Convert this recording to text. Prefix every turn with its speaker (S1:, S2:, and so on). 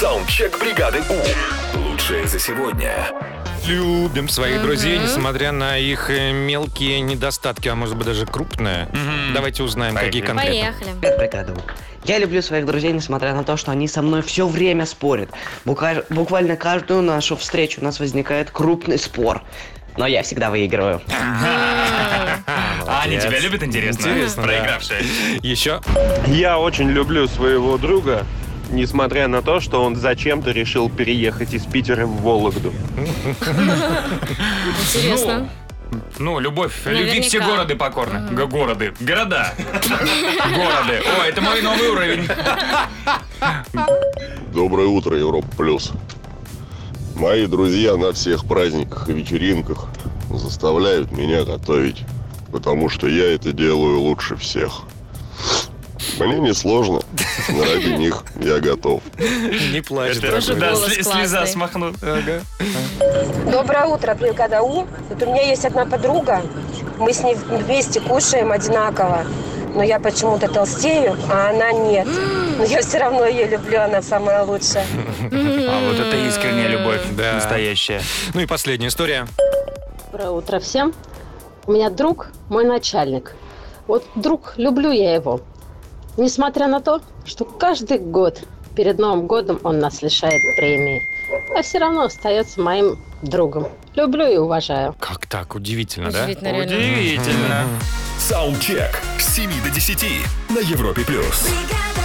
S1: Саундчек бригады У. Лучшее за сегодня.
S2: Любим своих друзей, несмотря на их э, мелкие недостатки, а может быть даже крупные. Давайте узнаем, какие конкретно.
S3: Поехали.
S4: Ну,
S5: Привет, бригада. Я люблю своих друзей, несмотря на то, что они со мной все время спорят. Бука- Буквально каждую нашу встречу у нас возникает крупный спор. Но я всегда выигрываю.
S4: А они тебя любят, интересно?
S2: Интересно, да.
S4: Проигравшие.
S2: Еще
S6: Я очень люблю своего друга, несмотря на то, что он зачем-то решил переехать из Питера в Вологду.
S3: Интересно.
S4: Ну, любовь. Любви
S3: Наверняка.
S4: все города покорны. Г- Городы. Города. Городы. О, это мой новый уровень.
S7: Доброе утро, Европа Плюс. Мои друзья на всех праздниках и вечеринках заставляют меня готовить, потому что я это делаю лучше всех. Мне не сложно, но ради них я готов.
S2: не плачь,
S3: тоже
S2: дорогой.
S4: Да,
S3: голос
S4: сли-
S3: классный.
S4: слеза смахнут.
S8: Доброе утро, бригада У. Вот у меня есть одна подруга. Мы с ней вместе кушаем одинаково. Но я почему-то толстею, а она нет. Но я все равно ее люблю, она самая лучшая.
S4: А вот это искренняя любовь.
S2: Да.
S4: Настоящая.
S2: Ну и последняя история.
S9: Доброе утро всем. У меня друг, мой начальник. Вот друг, люблю я его. Несмотря на то, что каждый год перед Новым годом он нас лишает премии. А все равно остается моим другом. Люблю и уважаю.
S2: Как так? Удивительно, да?
S3: Удивительно, реально.
S4: Удивительно.
S1: Саундчек с 7 до 10 на Европе+. плюс.
S10: бригада.